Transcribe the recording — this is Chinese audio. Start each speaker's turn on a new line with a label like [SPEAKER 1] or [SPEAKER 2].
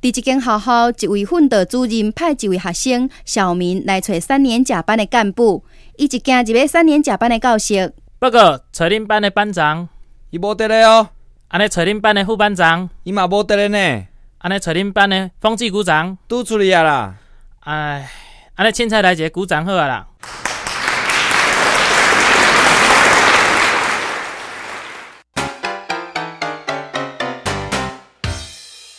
[SPEAKER 1] 伫一间学校，一位训导主任派一位学生小明来找三年甲班的干部，伊一行入去三年甲班的教室，
[SPEAKER 2] 报告，找恁班的班长，
[SPEAKER 3] 伊无伫咧哦，
[SPEAKER 2] 安尼找恁班的副班长，
[SPEAKER 3] 伊嘛无伫咧呢，
[SPEAKER 2] 安尼找恁班的风纪股长，
[SPEAKER 3] 拄出去啊啦。
[SPEAKER 2] 哎，安尼凊彩来一个股长好啊啦。